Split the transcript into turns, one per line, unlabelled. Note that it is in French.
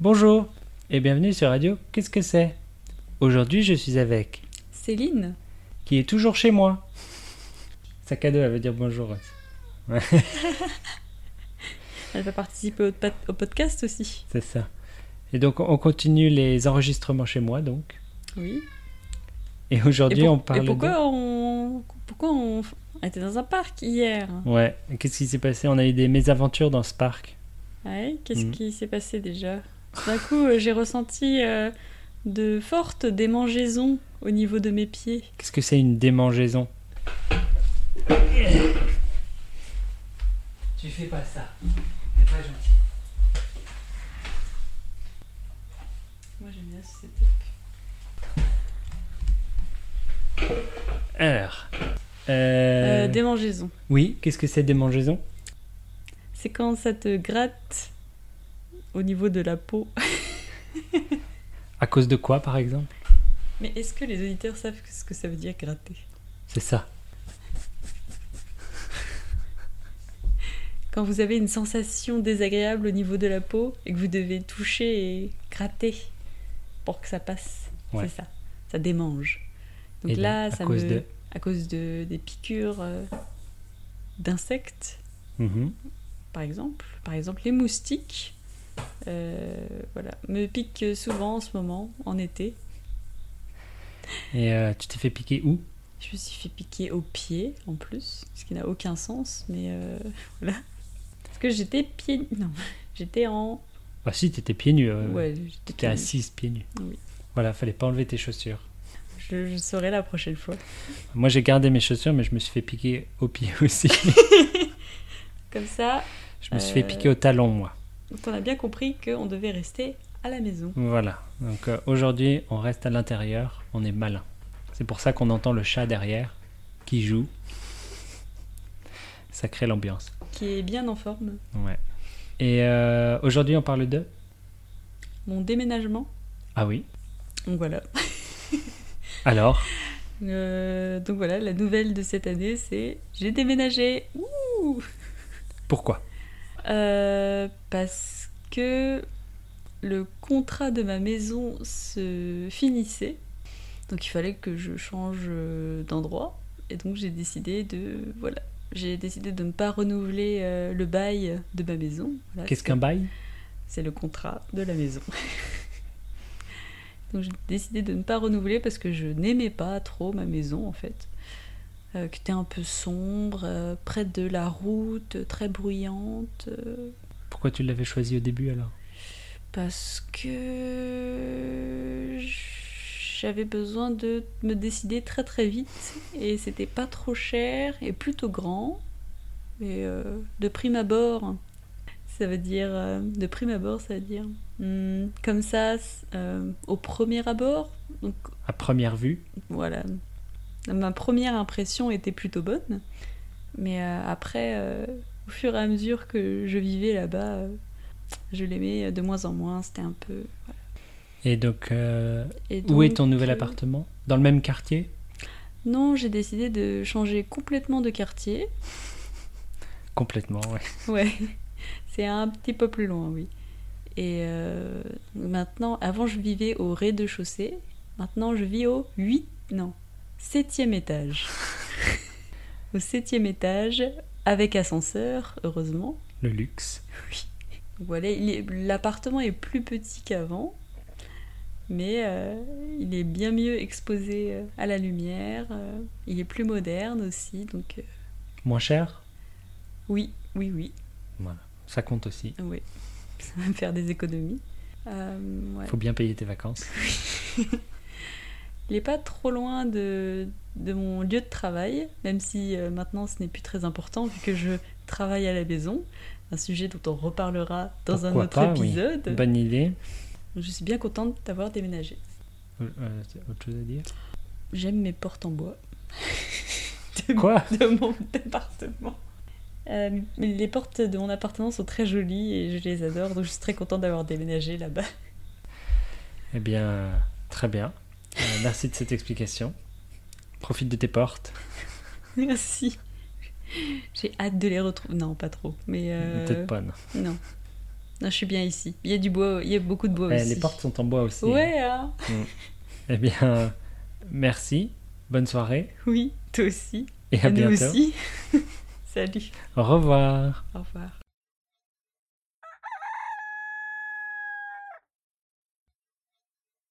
Bonjour et bienvenue sur Radio Qu'est-ce que c'est Aujourd'hui, je suis avec
Céline
qui est toujours chez moi. Sac à deux, elle veut dire bonjour. Ouais,
Elle va participer au, pa- au podcast aussi.
c'est ça. Et donc, on continue les enregistrements chez moi, donc.
Oui.
Et
Et,
aujourd'hui,
pour-
on parle
et pourquoi on pourquoi on... on était dans un parc hier
de... Ouais. Et Qu'est-ce qui s'est passé On a eu des mésaventures dans ce parc.
Ouais, qu'est-ce
Mhm.
qui s'est passé déjà D'un coup, euh, j'ai ressenti euh, de fortes démangeaisons au niveau de mes pieds.
Qu'est-ce que c'est une démangeaison Tu fais pas ça. C'est pas gentil.
Moi, j'aime bien ce
Alors. Euh...
démangeaisons.
Oui, qu'est-ce que c'est démangeaison
C'est quand ça te gratte au niveau de la peau.
À cause de quoi, par exemple
Mais est-ce que les auditeurs savent ce que ça veut dire gratter
C'est ça.
Quand vous avez une sensation désagréable au niveau de la peau et que vous devez toucher et gratter pour que ça passe,
Ouais.
c'est ça. Ça démange. Donc
Et donc,
là,
à
ça
cause
me-
de-
à cause de des piqûres euh, d'insectes,
Mhm.
par exemple, par exemple les moustiques, euh, voilà, me piquent souvent en ce moment, en été.
Et euh, tu t'es fait piquer où
Je me suis fait piquer au pied en plus, ce qui n'a aucun sens, mais euh, voilà. Parce que j'étais pied, non, j'étais en,
Bah si, t'étais pieds nus. euh,
ouais, j'étais
T'étais
pieds nus.
assise pieds nus.
Oui.
Voilà, fallait pas enlever tes chaussures.
Je, je saurai la prochaine fois.
Moi, j'ai gardé mes chaussures, mais je me suis fait piquer au pied aussi.
Comme ça,
je me suis fait
Euh.
piquer au talon, moi.
donc on a bien compris qu'on devait rester à la maison.
Voilà. Donc euh, aujourd'hui, on reste à l'intérieur, on est malin. C'est pour ça qu'on entend le chat derrière qui joue. Ça crée l'ambiance.
Qui est bien en forme.
Ouais. Et euh, aujourd'hui, on parle de
Mon déménagement.
Ah oui.
Donc voilà.
Alors,
Euh, donc voilà, la nouvelle de cette année, c'est j'ai déménagé. Ouh
pourquoi
Euh, parce que le contrat de ma maison se finissait. Donc il fallait que je change euh, d'endroit. Et donc j'ai décidé de. Voilà. J'ai décidé de ne pas renouveler euh, le bail de ma maison. Voilà,
Qu'est-ce
c'est-
qu'un bail
C'est le contrat de la maison. Donc j'ai décidé de ne pas renouveler parce que je n'aimais pas trop ma maison en fait. Euh, qui était un peu sombre, euh, près de la route, très bruyante. euh,
Pourquoi tu l'avais choisi au début alors
parce que j'avais besoin de me décider très très vite et c'était pas trop cher et plutôt grand et euh, de prime abord ça veut dire euh, de prime abord ça veut dire hum, comme ça c- euh, au premier abord donc
À première vue,
voilà. Ma première impression était plutôt bonne, mais euh, après, euh, au fur et à mesure que je vivais là-bas, euh, je l'aimais de moins en moins. C'était un peu. voilà.
Et donc, euh,
Et
où est
donc,
ton nouvel
euh,
appartement Dans le même quartier
Non, j'ai décidé de changer complètement de quartier.
Complètement, ouais.
Ouais, c'est un petit peu plus loin, oui. Et euh, maintenant, avant je vivais au rez-de-chaussée, maintenant je vis au 8, non, 7e étage. au 7e étage, avec ascenseur, heureusement.
Le luxe.
Donc Voilà, il est- l'appartement est plus petit qu'avant, mais euh, il est bien mieux exposé euh, à la lumière, euh, il est plus moderne aussi, donc euh,
Moins cher
oui, oui, oui.
Ça compte aussi.
Oui, ça va me faire des économies. Euh, ouais.
Faut bien payer tes vacances.
Il n'est pas trop loin de, de mon lieu de travail, même si euh, maintenant ce n'est plus très important vu que je travaille à la maison, un sujet dont on reparlera dans
Pourquoi
un autre
pas, oui. Bah
épisode.
Bonne idée.
Je suis bien contente d'avoir déménagé.
Euh, euh, c'est autre chose à dire
J'aime mes portes en bois de,
Quoi
de mon appartement. Euh, mais les portes de mon appartement sont très jolies et je les adore, donc je suis très contente d'avoir déménagé là-bas.
Eh bien, euh, très bien. Euh, merci de cette explication. Profite de tes portes.
Merci. J'ai hâte de les retrouver. Non, pas trop. Mais euh,
Peut-être pas, non.
non. Non, je suis bien ici. Il y a du bois, il y a beaucoup de bois
Eh,
aussi.
les portes sont en bois aussi.
Ouais, hein.
Eh bien, merci, bonne soirée
oui, toi aussi.
et à
Et nous
bientôt.
aussi. Salut.
Au revoir.
Au revoir.